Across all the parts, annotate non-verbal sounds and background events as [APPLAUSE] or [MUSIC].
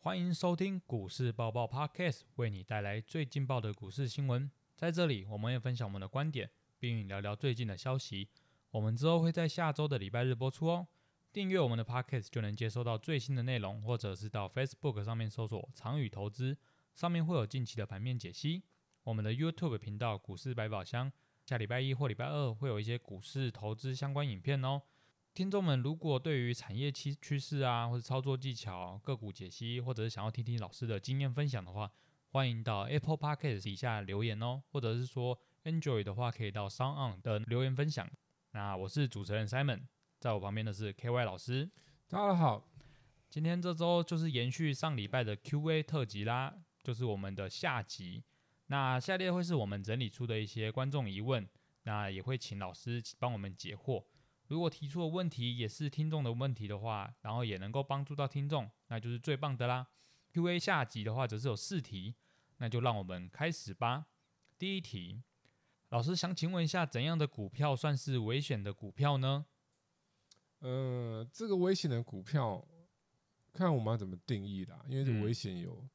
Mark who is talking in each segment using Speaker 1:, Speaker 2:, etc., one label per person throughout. Speaker 1: 欢迎收听股市爆爆 Podcast，为你带来最劲爆的股市新闻。在这里，我们也分享我们的观点，并与你聊聊最近的消息。我们之后会在下周的礼拜日播出哦。订阅我们的 Podcast 就能接收到最新的内容，或者是到 Facebook 上面搜索“长宇投资”，上面会有近期的盘面解析。我们的 YouTube 频道“股市百宝箱”，下礼拜一或礼拜二会有一些股市投资相关影片哦。听众们，如果对于产业趋趋势啊，或者操作技巧、个股解析，或者是想要听听老师的经验分享的话，欢迎到 Apple Podcast 底下留言哦，或者是说 Enjoy 的话，可以到 Sound On 的留言分享。那我是主持人 Simon，在我旁边的是 KY 老师。
Speaker 2: 大家好，
Speaker 1: 今天这周就是延续上礼拜的 Q&A 特辑啦，就是我们的下集。那下列会是我们整理出的一些观众疑问，那也会请老师帮我们解惑。如果提出的问题也是听众的问题的话，然后也能够帮助到听众，那就是最棒的啦。Q&A 下集的话则是有四题，那就让我们开始吧。第一题，老师想请问一下，怎样的股票算是危险的股票呢？
Speaker 2: 呃，这个危险的股票，看我们要怎么定义啦，因为这
Speaker 1: 嗯
Speaker 2: 危险有、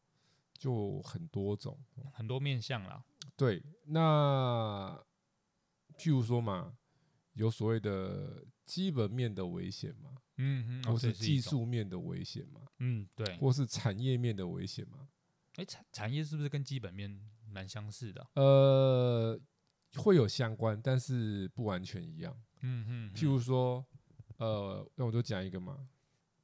Speaker 2: 就很多种。
Speaker 1: 很多面向啦，
Speaker 2: 对，那譬如说嘛，有所谓的基本面的危险嘛，
Speaker 1: 嗯嗯，
Speaker 2: 或
Speaker 1: 哦
Speaker 2: 是
Speaker 1: 这一
Speaker 2: 技
Speaker 1: 种
Speaker 2: 术面的危险嘛，
Speaker 1: 嗯，对。
Speaker 2: 或是产业面的危险嘛，
Speaker 1: 哎，产产业是不是跟基本面蛮相似的啊？
Speaker 2: 呃，会有相关，但是不完全一样。
Speaker 1: 嗯
Speaker 2: 譬如说，呃，那我就讲一个嘛。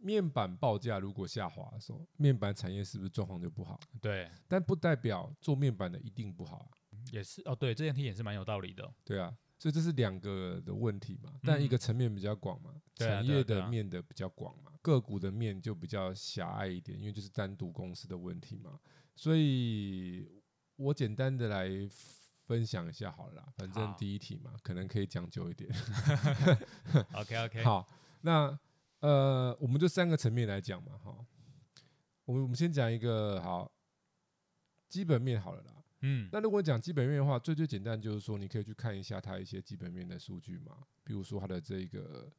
Speaker 2: 面板报价如果下滑的时候，面板产业是不是状况就不好？
Speaker 1: 嗯，对，
Speaker 2: 但不代表做面板的一定不好啊，
Speaker 1: 也是哦，对，这件题也是蛮有道理
Speaker 2: [LAUGHS]
Speaker 1: 的。
Speaker 2: 对啊，所以这是两个的问题嘛，但一个层面比较广嘛，
Speaker 1: 嗯对啊
Speaker 2: 产
Speaker 1: 对啊
Speaker 2: 业
Speaker 1: 对啊
Speaker 2: 的面的比较广嘛，个股的面就比较狭隘一点，因为就是单独公司的问题嘛，所以我简单的来分享一下好了啦，反正
Speaker 1: 好
Speaker 2: 第一题嘛，可能可以讲久一点。
Speaker 1: OK [LAUGHS] OK，
Speaker 2: 好，那呃，我们就三个层面来讲嘛，哈，我们我们先讲一个好基本面好了啦，
Speaker 1: 嗯，
Speaker 2: 那如果讲基本面的话，最最简单就是说，你可以去看一下它一些基本面的数据嘛，比如说它的这个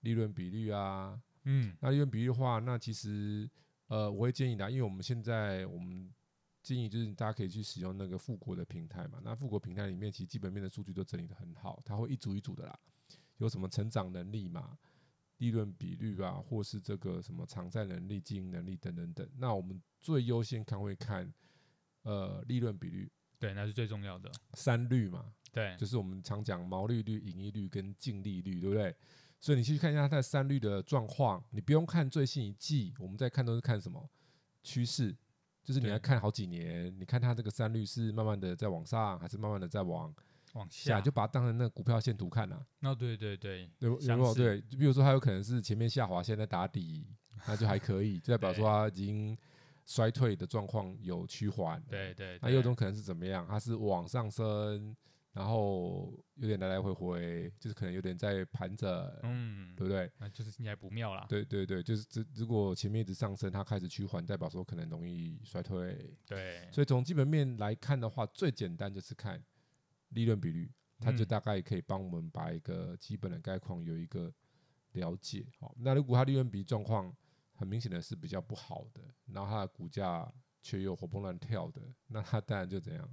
Speaker 2: 利润比率啊。
Speaker 1: 嗯
Speaker 2: 那利润比率的话，那其实呃，我会建议的啊，因为我们现在我们建议就是大家可以去使用那个富国的平台嘛。那富国平台里面其实基本面的数据都整理的很好，它会一组一组的啦，有什么成长能力嘛。利润比率啊，或是这个什么偿债能力、经营能力等等等。那我们最优先看会看，呃，利润比率，
Speaker 1: 对，那是最重要的。
Speaker 2: 三率嘛，
Speaker 1: 对，
Speaker 2: 就是我们常讲毛利率、盈利率跟净利率，对不对？所以你去看一下它的三率的状况，你不用看最新一季，我们在看都是看什么趋势，就是你
Speaker 1: 对
Speaker 2: 要看好几年，你看它这个三率是慢慢的在往上，还是慢慢的在往
Speaker 1: 往
Speaker 2: 下，
Speaker 1: 下
Speaker 2: 就把它当成那个股票线图看啊，
Speaker 1: 那哦对对对，
Speaker 2: 有有没
Speaker 1: 相
Speaker 2: 有？
Speaker 1: 似
Speaker 2: 对，就比如说它有可能是前面下滑，现在打底，那就还可以，就代表说它已经衰退的状况有趋缓，
Speaker 1: 对对，
Speaker 2: 那
Speaker 1: 对
Speaker 2: 有一种可能是怎么样？它是往上升，然后有点来来回回，就是可能有点在盘整，
Speaker 1: 嗯，
Speaker 2: 对不对？
Speaker 1: 那就是听起来不妙啦。
Speaker 2: 对对对，就是这如果前面一直上升，它开始趋缓，代表说可能容易衰退。
Speaker 1: 对，
Speaker 2: 所以从基本面来看的话，最简单就是看利润比率，它就
Speaker 1: 嗯
Speaker 2: 大概可以帮我们把一个基本的概况有一个了解。好，那如果它利润比率状况很明显的是比较不好的，然后它的股价却又活蹦乱跳的，那它当然就怎样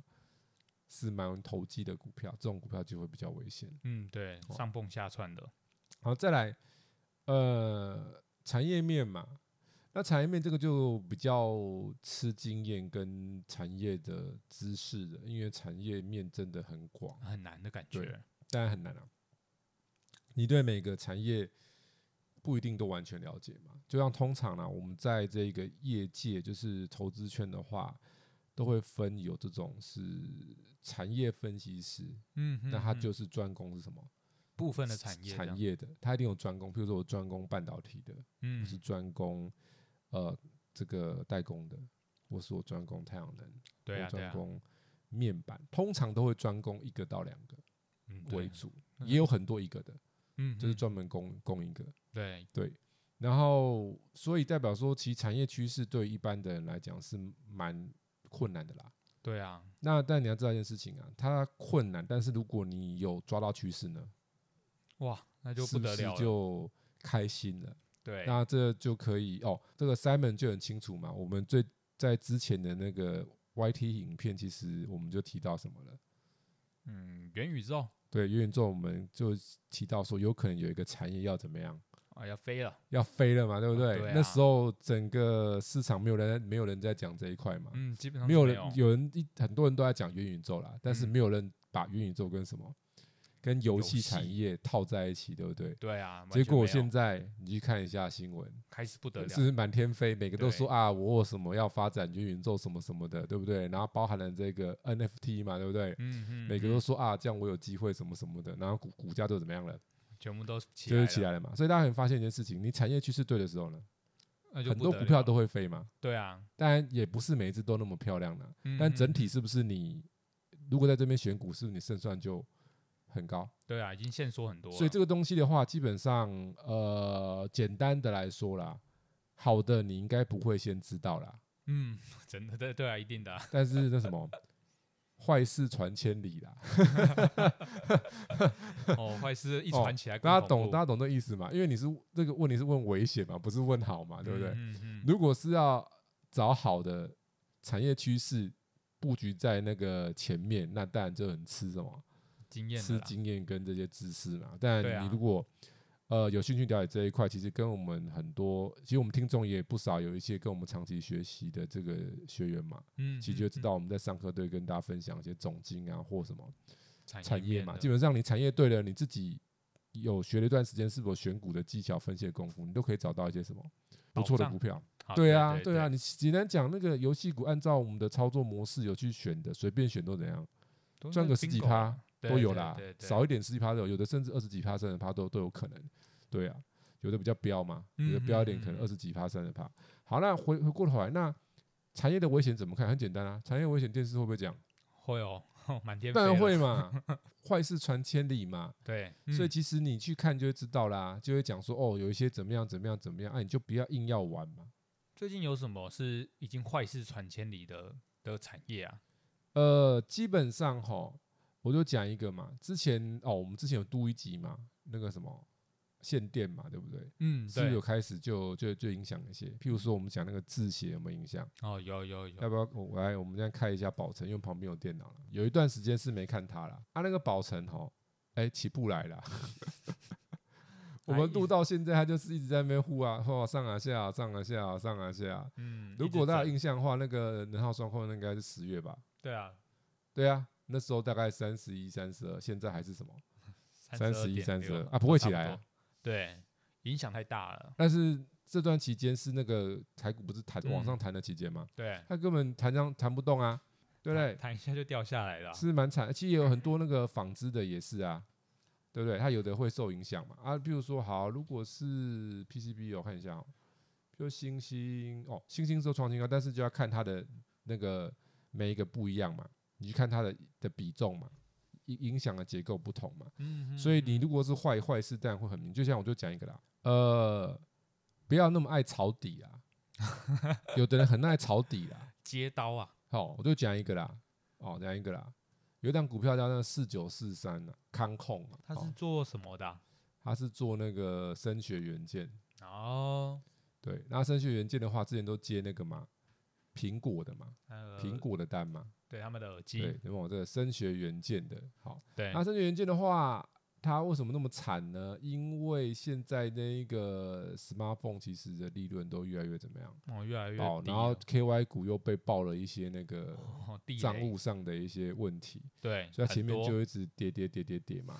Speaker 2: 是蛮投机的股票，这种股票就会比较危险。
Speaker 1: 嗯，对，上蹦下窜的。
Speaker 2: 好，再来，呃，产业面嘛，那产业面这个就比较吃经验跟产业的知识的，因为产业面真的很广，
Speaker 1: 很难的感
Speaker 2: 对
Speaker 1: 觉。
Speaker 2: 当然很难啊。你对每个产业不一定都完全了解嘛，就像通常呢、我们在这个业界就是投资圈的话，都会分有这种是产业分析师，
Speaker 1: 嗯，
Speaker 2: 那他
Speaker 1: 嗯嗯
Speaker 2: 就是专攻是什么？
Speaker 1: 部分的产业这样，
Speaker 2: 产业的，他一定有专攻，譬如说我专攻半导体的，我是
Speaker 1: 嗯，
Speaker 2: 专攻呃这个代工的，我是我专攻太阳能，
Speaker 1: 对啊
Speaker 2: 我
Speaker 1: 对
Speaker 2: 专
Speaker 1: 啊，
Speaker 2: 攻面板，通常都会专攻一个到两个
Speaker 1: 嗯，
Speaker 2: 为
Speaker 1: 对，
Speaker 2: 主，
Speaker 1: 嗯
Speaker 2: 也有很多一个的，
Speaker 1: 嗯，
Speaker 2: 就是
Speaker 1: 嗯
Speaker 2: 专门供供一个。
Speaker 1: 对，
Speaker 2: 对，然后所以代表说，其实产业趋势对一般的人来讲是蛮困难的啦。
Speaker 1: 对啊，
Speaker 2: 那但你要知道一件事情啊，它困难，但是如果你有抓到趋势呢，
Speaker 1: 哇，那就是不
Speaker 2: 不
Speaker 1: 得
Speaker 2: 是
Speaker 1: 了了。
Speaker 2: 就开心了？
Speaker 1: 对，
Speaker 2: 那这就可以哦，这个 Simon 就很清楚嘛。我们最在之前的那个 YT 影片，其实我们就提到什么了？
Speaker 1: 嗯，元宇宙
Speaker 2: 对，元宇宙我们就提到说，有可能有一个产业要怎么样，
Speaker 1: 啊要飞了，
Speaker 2: 要飞了嘛，对不对？
Speaker 1: 对啊
Speaker 2: 那时候整个市场没有人在没有人在讲这一块嘛，
Speaker 1: 嗯，基本上
Speaker 2: 没
Speaker 1: 是
Speaker 2: 有
Speaker 1: 没
Speaker 2: 人
Speaker 1: 有
Speaker 2: 有人一很多人都在讲元宇宙啦，但是
Speaker 1: 嗯
Speaker 2: 没有人把元宇宙跟什么跟游
Speaker 1: 游
Speaker 2: 戏
Speaker 1: 戏
Speaker 2: 产业套在一起，对不对？
Speaker 1: 对啊，完
Speaker 2: 结
Speaker 1: 全没
Speaker 2: 果
Speaker 1: 有
Speaker 2: 现在你去看一下新闻，
Speaker 1: 开始不得了，
Speaker 2: 是满天飞，每个都
Speaker 1: 对
Speaker 2: 说啊，我有什么要发展元宇宙什么什么的，对不对？然后包含了这个 NFT 嘛，对不对？
Speaker 1: 嗯嗯，
Speaker 2: 每个
Speaker 1: 嗯
Speaker 2: 都说啊，这样我有机会什么什么的，然后股股价就怎么样了，
Speaker 1: 嗯全部都起
Speaker 2: 就
Speaker 1: 来
Speaker 2: 是
Speaker 1: 了，
Speaker 2: 起来了嘛。所以大家很发现一件事情，你产业趋势对的时候呢，
Speaker 1: 那就
Speaker 2: 很
Speaker 1: 不
Speaker 2: 多
Speaker 1: 得
Speaker 2: 股票
Speaker 1: 了
Speaker 2: 都会飞嘛。
Speaker 1: 对啊，
Speaker 2: 当然也不是每一只都那么漂亮啦，
Speaker 1: 嗯
Speaker 2: 但
Speaker 1: 嗯
Speaker 2: 整
Speaker 1: 嗯
Speaker 2: 体是不是你如果在这边选股，是不是你胜算就很高？
Speaker 1: 对啊，已经限缩很多了，
Speaker 2: 所以这个东西的话，基本上呃，简单的来说啦，好的你应该不会先知道啦。
Speaker 1: 嗯， [LAUGHS] 真的对对啊，一定
Speaker 2: [LAUGHS]
Speaker 1: 的啊、
Speaker 2: 但是那什么，坏事传千里啦，
Speaker 1: 哦，坏事一
Speaker 2: 哦
Speaker 1: 传起来更
Speaker 2: 大家
Speaker 1: 恐
Speaker 2: 懂
Speaker 1: 怖
Speaker 2: 大家懂这意思嘛？因为你是这个问题是问危险嘛，不是问好嘛，对不对？
Speaker 1: 嗯嗯嗯，
Speaker 2: 如果是要找好的产业趋势布局在那个前面，那当然就很吃什么，
Speaker 1: 经验的
Speaker 2: 吃
Speaker 1: 啦
Speaker 2: 经验跟这些知识嘛。但
Speaker 1: 对啊
Speaker 2: 你如果呃，有兴趣了解这一块，其实跟我们很多，其实我们听众也不少，有一些跟我们长期学习的这个学员嘛，
Speaker 1: 嗯，
Speaker 2: 其实就
Speaker 1: 嗯
Speaker 2: 知
Speaker 1: 嗯
Speaker 2: 道我们在上课都会跟大家分享一些总经啊或什么
Speaker 1: 产
Speaker 2: 产业
Speaker 1: 面
Speaker 2: 嘛，
Speaker 1: 的
Speaker 2: 基本上你产业对了，你自己有学了一段时间，是否选股的技巧、分析的功夫，你都可以找到一些什么不
Speaker 1: 保
Speaker 2: 错的
Speaker 1: 障
Speaker 2: 股票。
Speaker 1: 好
Speaker 2: 对
Speaker 1: 对
Speaker 2: 啊，
Speaker 1: 对
Speaker 2: 对啊，，你简单讲那个游戏股，按照我们的操作模式有去选的，随便选都怎样，
Speaker 1: 都
Speaker 2: 赚
Speaker 1: 是
Speaker 2: 个十几
Speaker 1: bingo
Speaker 2: 趴
Speaker 1: 啊
Speaker 2: 都有
Speaker 1: 对
Speaker 2: 啦
Speaker 1: 对，对
Speaker 2: 少一点十几趴都有，有的甚至二十几趴、三十趴都都有可能。对啊，有的比较彪嘛，有的
Speaker 1: 嗯
Speaker 2: 彪一
Speaker 1: 嗯
Speaker 2: 点可
Speaker 1: 嗯
Speaker 2: 能
Speaker 1: 嗯
Speaker 2: 二十几趴、三十趴。好，那回回过头来，那产业的危险怎么看？很简单啊，产业危险电视会不会讲？
Speaker 1: 会哦， [LAUGHS] 满天
Speaker 2: 当然
Speaker 1: 飞了
Speaker 2: 会嘛， [LAUGHS] 坏事传千里嘛。
Speaker 1: 对，
Speaker 2: 所以
Speaker 1: 嗯
Speaker 2: 其实你去看就会知道啦，就会讲说哦，有一些怎么样怎么样怎么样，啊，你就不要硬要玩嘛。
Speaker 1: 最近有什么是已经坏事传千里的的产业啊？
Speaker 2: 呃，基本上哈，我就讲一个嘛，之前哦，我们之前有录一集嘛，那个什么限电嘛，对不对？
Speaker 1: 嗯，
Speaker 2: 是不是
Speaker 1: 对
Speaker 2: 有，开始就就就影响一些？譬如说我们讲那个字写有没有影响？
Speaker 1: 哦，有有有，
Speaker 2: 要不要我我来我们这样看一下宝城，因为旁边有电脑了。有一段时间是没看它了，啊，那个宝城哈，哎、起不来了。 [LAUGHS] 我
Speaker 1: 哎
Speaker 2: 们
Speaker 1: 一
Speaker 2: 录
Speaker 1: 直
Speaker 2: 到现在，它就是一直在那边呼啊，吼上啊下啊上啊下啊上啊下啊。
Speaker 1: 嗯，
Speaker 2: 如
Speaker 1: 一直
Speaker 2: 果大家有
Speaker 1: 整
Speaker 2: 印象的话，那个能耗双控那应该是十月吧？
Speaker 1: 对啊，
Speaker 2: 对啊，那时候大概三十一、三十二，现在还是什么三十一、
Speaker 1: 31.6
Speaker 2: 三十二
Speaker 1: 都
Speaker 2: 啊，不会
Speaker 1: 差
Speaker 2: 起来、
Speaker 1: 多
Speaker 2: 啊。
Speaker 1: 对，影响太大了，
Speaker 2: 但是这段期间是那个台股不是弹往
Speaker 1: 嗯
Speaker 2: 上弹的期间吗？
Speaker 1: 对，
Speaker 2: 它根本弹上弹不动啊，对不
Speaker 1: 弹
Speaker 2: 对？
Speaker 1: 弹一下就掉下来了啊，
Speaker 2: 是蛮惨，其实也有很多
Speaker 1: 嗯
Speaker 2: 那个纺织的也是啊，对不对？它有的会受影响嘛啊，比如说好，如果是 PCB，我看一下、哦，比如星星哦，星星说创新高，但是就要看它的那个每一个不一样嘛，你去看它的的比重嘛，影影响的结构不同嘛，
Speaker 1: 嗯，嗯
Speaker 2: 所以你
Speaker 1: 嗯
Speaker 2: 如果是坏坏事，当然会很明。就像我就讲一个啦，呃，不要那么爱抄底
Speaker 1: [LAUGHS]
Speaker 2: 啊，有的人很爱抄底啦。
Speaker 1: 接刀啊，
Speaker 2: 好，我就讲一个啦，哦，讲一个啦，有一档股票叫那四九四三啊，康控啊，
Speaker 1: 他是
Speaker 2: 哦
Speaker 1: 做什么的啊？
Speaker 2: 它是做那个声学元件，
Speaker 1: 哦，
Speaker 2: 对，那声学元件的话，之前都接那个嘛，苹果的嘛，
Speaker 1: 呃
Speaker 2: 苹果的单嘛，
Speaker 1: 对他们的耳
Speaker 2: 对
Speaker 1: 机，，
Speaker 2: 有没有这个声学元件的？好，
Speaker 1: 对，
Speaker 2: 那声学元件的话，它为什么那么惨呢？因为现在那一个 smartphone 其实的利润都越来越怎么样？
Speaker 1: 哦，越来越
Speaker 2: 哦，
Speaker 1: 低
Speaker 2: 然后
Speaker 1: 了
Speaker 2: KY 股又被爆了一些那个
Speaker 1: 哦，地
Speaker 2: 账
Speaker 1: 雷
Speaker 2: 务上的一些问题，
Speaker 1: 对，
Speaker 2: 所以它
Speaker 1: 很
Speaker 2: 前面
Speaker 1: 多
Speaker 2: 就一直跌跌跌跌跌嘛。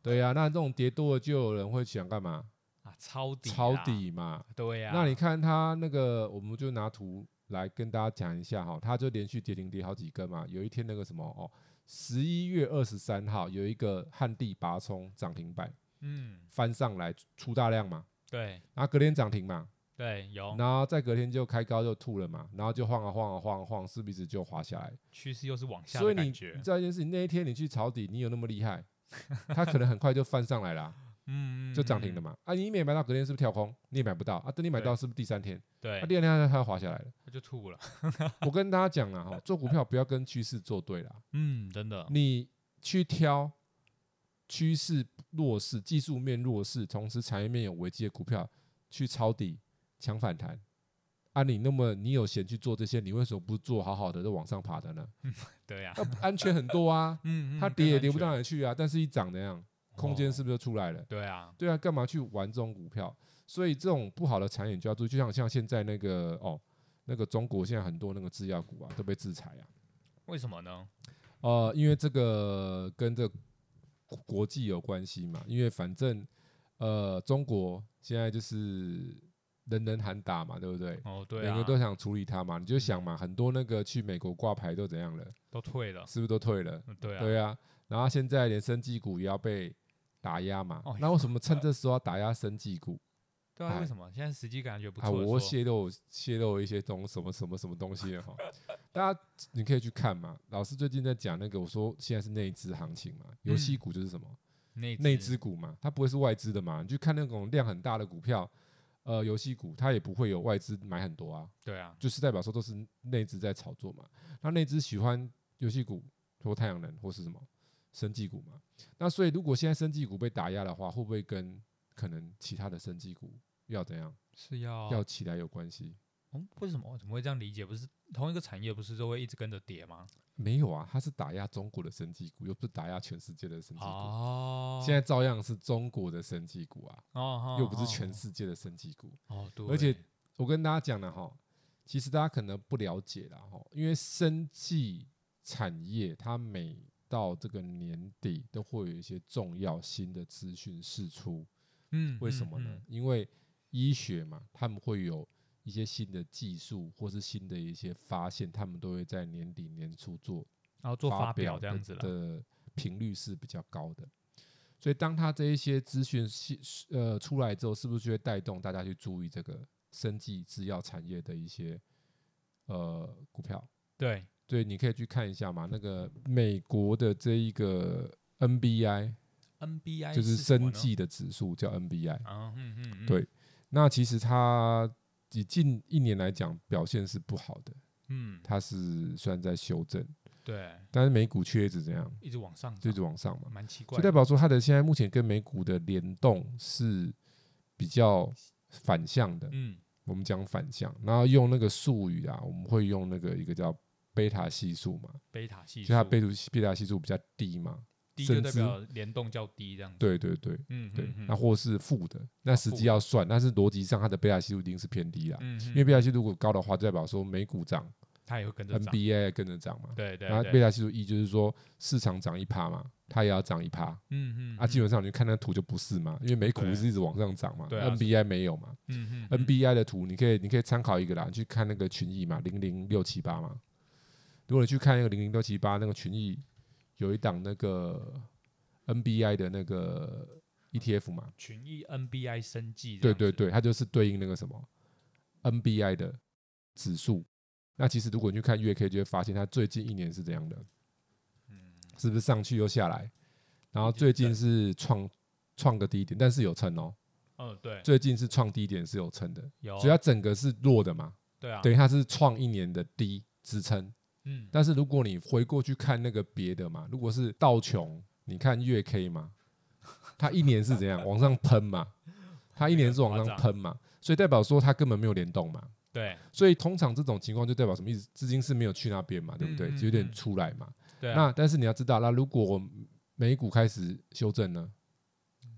Speaker 2: 对呀、那这种跌多了，就有人会想干嘛？
Speaker 1: 啊抄底
Speaker 2: 抄
Speaker 1: 啦，
Speaker 2: 底嘛。
Speaker 1: 对啊呀，
Speaker 2: 那你看它那个，我们就拿图来跟大家讲一下哈，它就连续跌停跌好几根嘛。有一天那个什么哦，十一月二十三号有一个旱地拔葱涨停板
Speaker 1: 嗯，
Speaker 2: 翻上来出大量嘛，
Speaker 1: 对
Speaker 2: 然后隔天涨停嘛，
Speaker 1: 对有
Speaker 2: 然后再隔天就开高就吐了嘛，然后就晃啊晃啊晃啊晃，是不是就滑下来？
Speaker 1: 趋势又是往下
Speaker 2: 所
Speaker 1: 的
Speaker 2: 以你
Speaker 1: 感
Speaker 2: 你
Speaker 1: 觉
Speaker 2: 知，道一件事情，那一天你去抄底，你有那么厉害， [LAUGHS] 它可能很快就翻上
Speaker 1: [LAUGHS]
Speaker 2: 来啦，
Speaker 1: 嗯，嗯
Speaker 2: 就涨停
Speaker 1: 嗯
Speaker 2: 了嘛。啊，你没买到，隔天是不是跳空？你也买不到啊。等你买
Speaker 1: 对
Speaker 2: 到，是不是第三天？
Speaker 1: 对
Speaker 2: 啊，，第二天它又滑下来了。 [LAUGHS]
Speaker 1: 他就吐了，
Speaker 2: 我跟大家讲了哈，做股票不要跟趋势做对啦，
Speaker 1: 嗯，真的，
Speaker 2: 你去挑趋势弱势、技术面弱势，同时产业面有危机的股票，去抄底抢反弹。啊，你那么你有闲去做这些，你为什么不做好好的在往上爬的呢？
Speaker 1: 对呀、，
Speaker 2: 那安全很多啊
Speaker 1: 嗯，嗯
Speaker 2: 它跌也
Speaker 1: 更安
Speaker 2: 跌不
Speaker 1: 全
Speaker 2: 到哪里去啊，但是一涨那样，空
Speaker 1: 哦
Speaker 2: 间是不是就出来了？
Speaker 1: 对啊，
Speaker 2: 对啊，干嘛去玩这种股票？所以这种不好的产业就要注意，就像像现在那个哦，那个中国现在很多那个制药股啊都被制裁啊，
Speaker 1: 为什么呢？
Speaker 2: 呃，因为这个跟这个国际有关系嘛，因为反正呃中国现在就是人人喊打嘛，对不对？
Speaker 1: 哦，对
Speaker 2: 每
Speaker 1: 啊，嗯
Speaker 2: 个都想处理它嘛，你就想嘛，很多那个去美国挂牌都怎样了，
Speaker 1: 都退了，
Speaker 2: 是不是都退了？
Speaker 1: 嗯对啊，
Speaker 2: 对啊，然后现在连生技股也要被打压嘛，
Speaker 1: 哦
Speaker 2: 那为什么趁这时候要打压生技股？
Speaker 1: 对啊，
Speaker 2: 哎
Speaker 1: 为什么现在时机感觉不
Speaker 2: 啊，
Speaker 1: 错的时候？
Speaker 2: 我泄露泄露一些东什么什么什么东西了哈， [LAUGHS] 大家你可以去看嘛。老师最近在讲那个，我说现在是内资行情嘛，游戏股就是什么、
Speaker 1: 嗯内
Speaker 2: 内资股嘛，它不会是外资的嘛。你去看那种量很大的股票，呃，游戏股它也不会有外资买很多啊，
Speaker 1: 对啊，
Speaker 2: 就是代表说都是内资在炒作嘛。那内资喜欢游戏股或太阳能或是什么生技股嘛。那所以如果现在生技股被打压的话，会不会跟可能其他的生技股要怎样、
Speaker 1: 是要
Speaker 2: 要起来有关系？
Speaker 1: 嗯，为什么我怎么会这样理解？不是同一个产业不是都会一直跟着跌吗？
Speaker 2: 没有啊，它是打压中国的生技股，又不是打压全世界的生技股。
Speaker 1: 哦，
Speaker 2: 现在照样是中国的生技股啊，
Speaker 1: 哦，
Speaker 2: 又不是
Speaker 1: 哦
Speaker 2: 全世界的生技股。
Speaker 1: 哦，对，
Speaker 2: 而且我跟大家讲了哈，其实大家可能不了解啦哈，因为生技产业它每到这个年底都会有一些重要新的资讯释出，
Speaker 1: 嗯，
Speaker 2: 为什
Speaker 1: 嗯
Speaker 2: 么呢？
Speaker 1: 嗯
Speaker 2: 因为医学嘛，他们会有一些新的技术或是新的一些发现，他们都会在年底年初做
Speaker 1: 然后做发
Speaker 2: 表
Speaker 1: 表这样子了，
Speaker 2: 的的频率是比较高的。所以当它这一些资讯系呃出来之后，是不是就会带动大家去注意这个生技制药产业的一些呃股票？
Speaker 1: 对，
Speaker 2: 对，你可以去看一下嘛。那个美国的这一个 NBI
Speaker 1: NBI
Speaker 2: 就是
Speaker 1: 哎什么呢
Speaker 2: 生技的指数叫 NBI，
Speaker 1: 啊，嗯嗯嗯，
Speaker 2: 对那其实它以近一年来讲表现是不好的，
Speaker 1: 嗯，
Speaker 2: 它是虽然在修正，
Speaker 1: 对，
Speaker 2: 但是美股却一直怎样，
Speaker 1: 一直往上涨，
Speaker 2: 就一直往上嘛。
Speaker 1: 蛮奇怪
Speaker 2: 就
Speaker 1: 的，
Speaker 2: 代表说它的现在目前跟美股的联动是比较反向的。
Speaker 1: 嗯，
Speaker 2: 我们讲反向，然后用那个术语啊，我们会用那个一个叫贝塔系数嘛，
Speaker 1: 贝塔系
Speaker 2: 就
Speaker 1: 数
Speaker 2: 它贝图贝塔系数比较低嘛。
Speaker 1: 低就
Speaker 2: 甚
Speaker 1: 代
Speaker 2: 至
Speaker 1: 表联动较低这样子，
Speaker 2: 对对对
Speaker 1: 嗯，
Speaker 2: 对，
Speaker 1: 嗯
Speaker 2: 那
Speaker 1: 嗯
Speaker 2: 或是负的，那实际要算，但是逻辑上它的贝塔系数一定是偏低啦，
Speaker 1: 嗯，
Speaker 2: 因
Speaker 1: 因
Speaker 2: 为贝塔系数如果高的话，就代表说美股涨
Speaker 1: 它也会跟着涨，
Speaker 2: ，NBA 跟着涨嘛。
Speaker 1: 对对
Speaker 2: 然后
Speaker 1: 对，
Speaker 2: 贝塔系数一就是说市场涨一趴嘛，它也要涨一趴。
Speaker 1: 嗯嗯，
Speaker 2: 啊，基
Speaker 1: 本
Speaker 2: 本上你看那图就不是嘛，因为美股
Speaker 1: 对啊
Speaker 2: 是一直往上涨嘛、
Speaker 1: 对啊
Speaker 2: n b i 没有嘛、
Speaker 1: 嗯嗯
Speaker 2: n b i 的图你可以你可以参考一个啦，你去看那个群益嘛，零零六七八嘛。如果你去看那个零零六七八那个群益，有一档那个 NBI 的那个 ETF 嘛，
Speaker 1: 群益 NBI 生计，
Speaker 2: 对对，对，它就是对应那个什么 NBI 的指数。那其实如果你去看月 K，就会发现它最近一年是怎样的，
Speaker 1: 嗯，
Speaker 2: 是不是上去又下来？然后
Speaker 1: 一直
Speaker 2: 最近是创创个低点，但是有撑哦、
Speaker 1: 哦对，
Speaker 2: 最近是创低点是有撑的，
Speaker 1: 有，
Speaker 2: 所以它整个是弱的嘛，
Speaker 1: 对啊，
Speaker 2: 等于它是创一年的低支撑。
Speaker 1: 嗯，
Speaker 2: 但是如果你回过去看那个别的嘛，如果是道琼，你看月 K 嘛，它一年是
Speaker 1: [LAUGHS]
Speaker 2: 怎样往上喷嘛，它一年是往上喷嘛，所以代表说它根本没有联动嘛。
Speaker 1: 对
Speaker 2: 所以通常这种情况就代表什么意思？资金是没有去那边嘛，对不对？
Speaker 1: 嗯嗯
Speaker 2: 就有点出来嘛。
Speaker 1: 对啊，
Speaker 2: 那但是你要知道，那如果美股开始修正呢，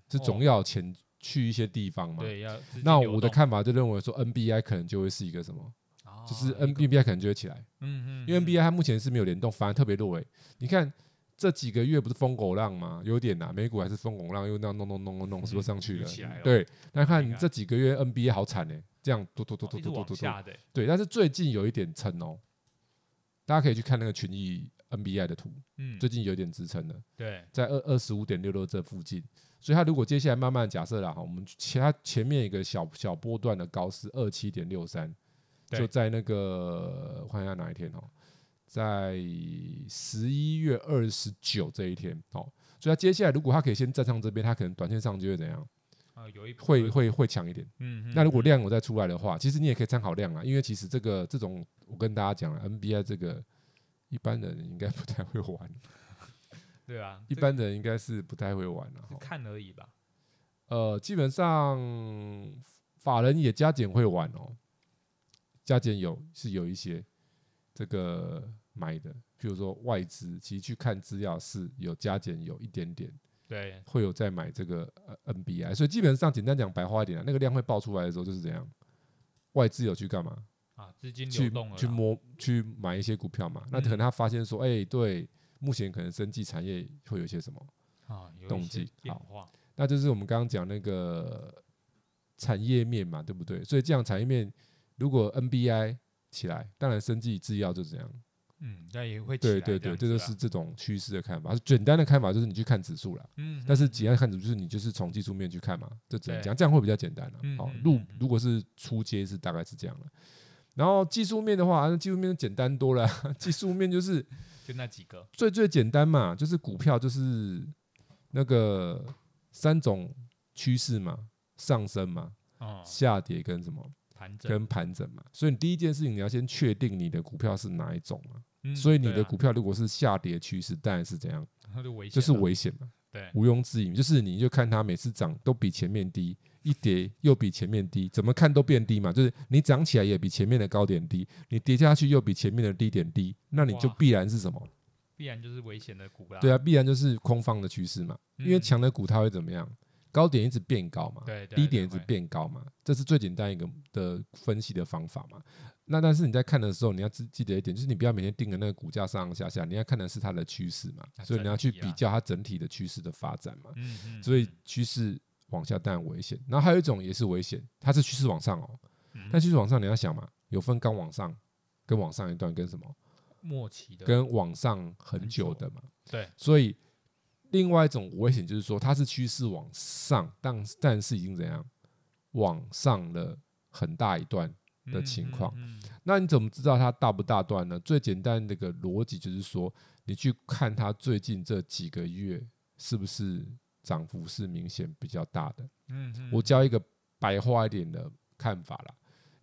Speaker 2: 是总要前去一些地方嘛？
Speaker 1: 哦对要资金
Speaker 2: 那
Speaker 1: 流
Speaker 2: 我的
Speaker 1: 动
Speaker 2: 看法就认为说，NBI 可能就会是一个什么，
Speaker 1: 啊
Speaker 2: 就是
Speaker 1: 一个
Speaker 2: NBI 可能就会起来，
Speaker 1: 嗯嗯，
Speaker 2: 因为
Speaker 1: 嗯
Speaker 2: NBI 它目前是没有联动，反而特别弱诶。你看这几个月不是疯狗浪吗？有点呐、美股还是疯狗浪，又那样弄弄弄弄弄，是不是上去
Speaker 1: 嗯又
Speaker 2: 了
Speaker 1: 起来了？
Speaker 2: 对，那
Speaker 1: 厉害
Speaker 2: 看这几个月 NBA 好惨诶，这样嘟嘟嘟
Speaker 1: 哦
Speaker 2: 嘟
Speaker 1: 一直
Speaker 2: 嘟嘟
Speaker 1: 往
Speaker 2: 嘟嘟，
Speaker 1: 下的欸，
Speaker 2: 对，但是最近有一点撑哦，大家可以去看那个群益 NBI 的图，
Speaker 1: 嗯，
Speaker 2: 最近有点支撑了。
Speaker 1: 对，
Speaker 2: 在二二十五点六六这附近，所以它如果接下来慢慢假设啦哈，我们其它前面一个小小波段的高是二七点六三，
Speaker 1: 对
Speaker 2: 就在那个我看一下哪一天哦，在十一月二十九这一天哦，所以它接下来如果它可以先站上这边，它可能短线上就会怎样，
Speaker 1: 啊，有一
Speaker 2: 会
Speaker 1: 有一
Speaker 2: 会会强一点。
Speaker 1: 嗯，嗯
Speaker 2: 那如果
Speaker 1: 嗯
Speaker 2: 量有再出来的话，其实你也可以参考量啊，因为其实这个这种我跟大家讲了，NBI 这个一般人应该不太会玩，
Speaker 1: 对啊，
Speaker 2: 一
Speaker 1: 这
Speaker 2: 般人应该是不太会玩了、
Speaker 1: 是
Speaker 2: 哈。
Speaker 1: 看而已吧，
Speaker 2: 呃，基本上法人也加减会玩哦，加减有是有一些这个买的，譬如说外资，其实去看资料是有加减有一点点
Speaker 1: 对，
Speaker 2: 会有在买这个呃 NBI，所以基本上简单讲白话一点啊，那个量会爆出来的时候就是怎样，外资有去干嘛？
Speaker 1: 啊，资金流
Speaker 2: 去
Speaker 1: 动了啦，
Speaker 2: 去摸去买一些股票嘛，那可能他发现说，哎、对，目前可能生技产业会有一些什么，
Speaker 1: 啊，有
Speaker 2: 动
Speaker 1: 一些
Speaker 2: 机
Speaker 1: 变
Speaker 2: 好
Speaker 1: 化，
Speaker 2: 那就是我们刚刚讲那个产业面嘛，对不对？所以这样产业面如果 NBI 起来，当然生技制药就这样，
Speaker 1: 嗯，但也会起
Speaker 2: 对
Speaker 1: 来
Speaker 2: 对
Speaker 1: 这
Speaker 2: 对，
Speaker 1: 样
Speaker 2: 这
Speaker 1: 子
Speaker 2: 就
Speaker 1: 啦
Speaker 2: 是这种趋势的看法。简单的看法就是你去看指数啦，
Speaker 1: 嗯，
Speaker 2: 但是
Speaker 1: 嗯
Speaker 2: 简单看指数就是你就是从技术面去看嘛，就只能
Speaker 1: 对
Speaker 2: 讲这样会比较简单了、
Speaker 1: 嗯
Speaker 2: 好
Speaker 1: 嗯，
Speaker 2: 入
Speaker 1: 嗯嗯
Speaker 2: 如果是初阶是大概是这样了。然后技术面的话，啊那技术面简单多了 [LAUGHS] 啊。技术面就是
Speaker 1: 就那几个，
Speaker 2: 最最简单嘛，就是股票就是那个三种趋势嘛，上升嘛，
Speaker 1: 嗯，
Speaker 2: 下跌跟什么
Speaker 1: 盘整，
Speaker 2: 跟盘整嘛。所以你第一件事情你要先确定你的股票是哪一种嘛。
Speaker 1: 嗯
Speaker 2: 所以你
Speaker 1: 对
Speaker 2: 的
Speaker 1: 啊
Speaker 2: 股票如果是下跌趋势，当然是怎样，
Speaker 1: 它就危险啊哎
Speaker 2: 就
Speaker 1: 了，
Speaker 2: 是危险嘛。
Speaker 1: 对，
Speaker 2: 毋庸置疑，就是你就看它每次涨都比前面低，一跌又比前面低，怎么看都变低嘛。就是你涨起来也比前面的高点低，你跌下去又比前面的低点低，那你就
Speaker 1: 哇啊
Speaker 2: 必然是什么？
Speaker 1: 必然就是危险的股啦，
Speaker 2: 对
Speaker 1: 啊，
Speaker 2: 啊，必然就是空方的趋势嘛。因为强的股它会怎么样？高点一直变高嘛，
Speaker 1: 嗯对对
Speaker 2: 低
Speaker 1: 对
Speaker 2: 点一直
Speaker 1: 会
Speaker 2: 变高嘛，这是最简单一个的分析的方法嘛。那但是你在看的时候，你要记记得一点，就是你不要每天盯着那个股价上上下下，你要看的是它的趋势嘛
Speaker 1: 它，
Speaker 2: 所以你要去
Speaker 1: 整体啊
Speaker 2: 比较它整体的趋势的发展嘛。
Speaker 1: 嗯，嗯
Speaker 2: 所以
Speaker 1: 嗯
Speaker 2: 趋势往下当然危险。然后还有一种也是危险，它是趋势往上哦，
Speaker 1: 嗯
Speaker 2: 但趋势往上你要想嘛，有分刚往上跟往上一段跟什么，
Speaker 1: 嗯末期的
Speaker 2: 跟往上很
Speaker 1: 很
Speaker 2: 久
Speaker 1: 久
Speaker 2: 的嘛。
Speaker 1: 对，
Speaker 2: 所以另外一种危险就是说它是趋势往上，但但是已经怎样往上了很大一段。的情况，
Speaker 1: 嗯嗯嗯
Speaker 2: 那你怎么知道它大不大段呢？最简单的一个逻辑就是说，你去看它最近这几个月是不是涨幅是明显比较大的。
Speaker 1: 嗯嗯，
Speaker 2: 我教一个白话一点的看法啦，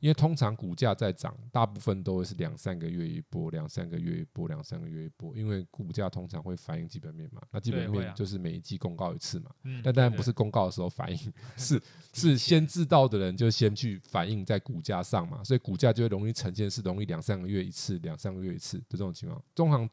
Speaker 2: 因为通常股价在涨，大部分都会是两三个月一波，两三个月一波，两三个月一波，因为股价通常会反映基本面嘛，那基
Speaker 1: 对
Speaker 2: 本
Speaker 1: 会
Speaker 2: 面
Speaker 1: 啊
Speaker 2: 就是每一季公告一次嘛，
Speaker 1: 嗯
Speaker 2: 但当然
Speaker 1: 对
Speaker 2: 不是公告的时
Speaker 1: [LAUGHS]
Speaker 2: 候反映，是
Speaker 1: 前
Speaker 2: 是先知道的人就先去反映在股价上嘛，所以股价就会容易呈现是容易两三个月一次，两三个月一次的这种情况。中行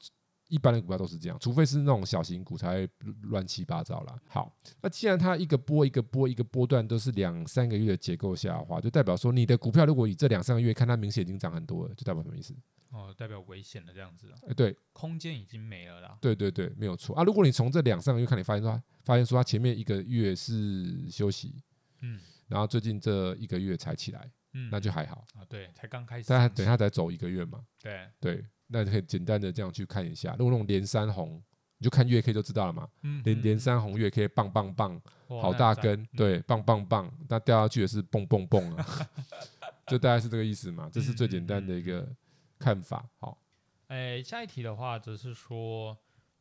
Speaker 2: 一般的股票都是这样，除非是那种小型股才会乱七八糟啦。好，那既然它一个波一个波一个波段都是两三个月的结构下的话，就代表说你的股票如果以这两三个月看，它明显已经涨很多了，就代表什么意思？
Speaker 1: 哦，代表危险的这样子啊，
Speaker 2: 哎，对，
Speaker 1: 空间已经没了啦，
Speaker 2: 对对对，没有错啊。如果你从这两三个月看，你发现说它发现说它前面一个月是休息，
Speaker 1: 嗯
Speaker 2: 然后最近这一个月才起来，
Speaker 1: 嗯，
Speaker 2: 那就还好。
Speaker 1: 啊对，才刚开始
Speaker 2: 但他
Speaker 1: 上
Speaker 2: 等
Speaker 1: 市，
Speaker 2: 他才走一个月嘛，
Speaker 1: 对，
Speaker 2: 对，那你可以简单的这样去看一下。如果那种连三红，你就看月 K 就知道了嘛，
Speaker 1: 嗯
Speaker 2: 连
Speaker 1: 嗯
Speaker 2: 连
Speaker 1: 嗯
Speaker 2: 三红月 K 棒棒棒，
Speaker 1: 哇
Speaker 2: 好
Speaker 1: 那
Speaker 2: 大
Speaker 1: 赞嗯
Speaker 2: 根，对，棒棒棒，那掉下去也是蹦蹦蹦
Speaker 1: [LAUGHS]
Speaker 2: 啊，就大概是这个意思嘛，这是最简单
Speaker 1: 嗯
Speaker 2: 的一个看法。好，
Speaker 1: 哎，下一题的话，则是说，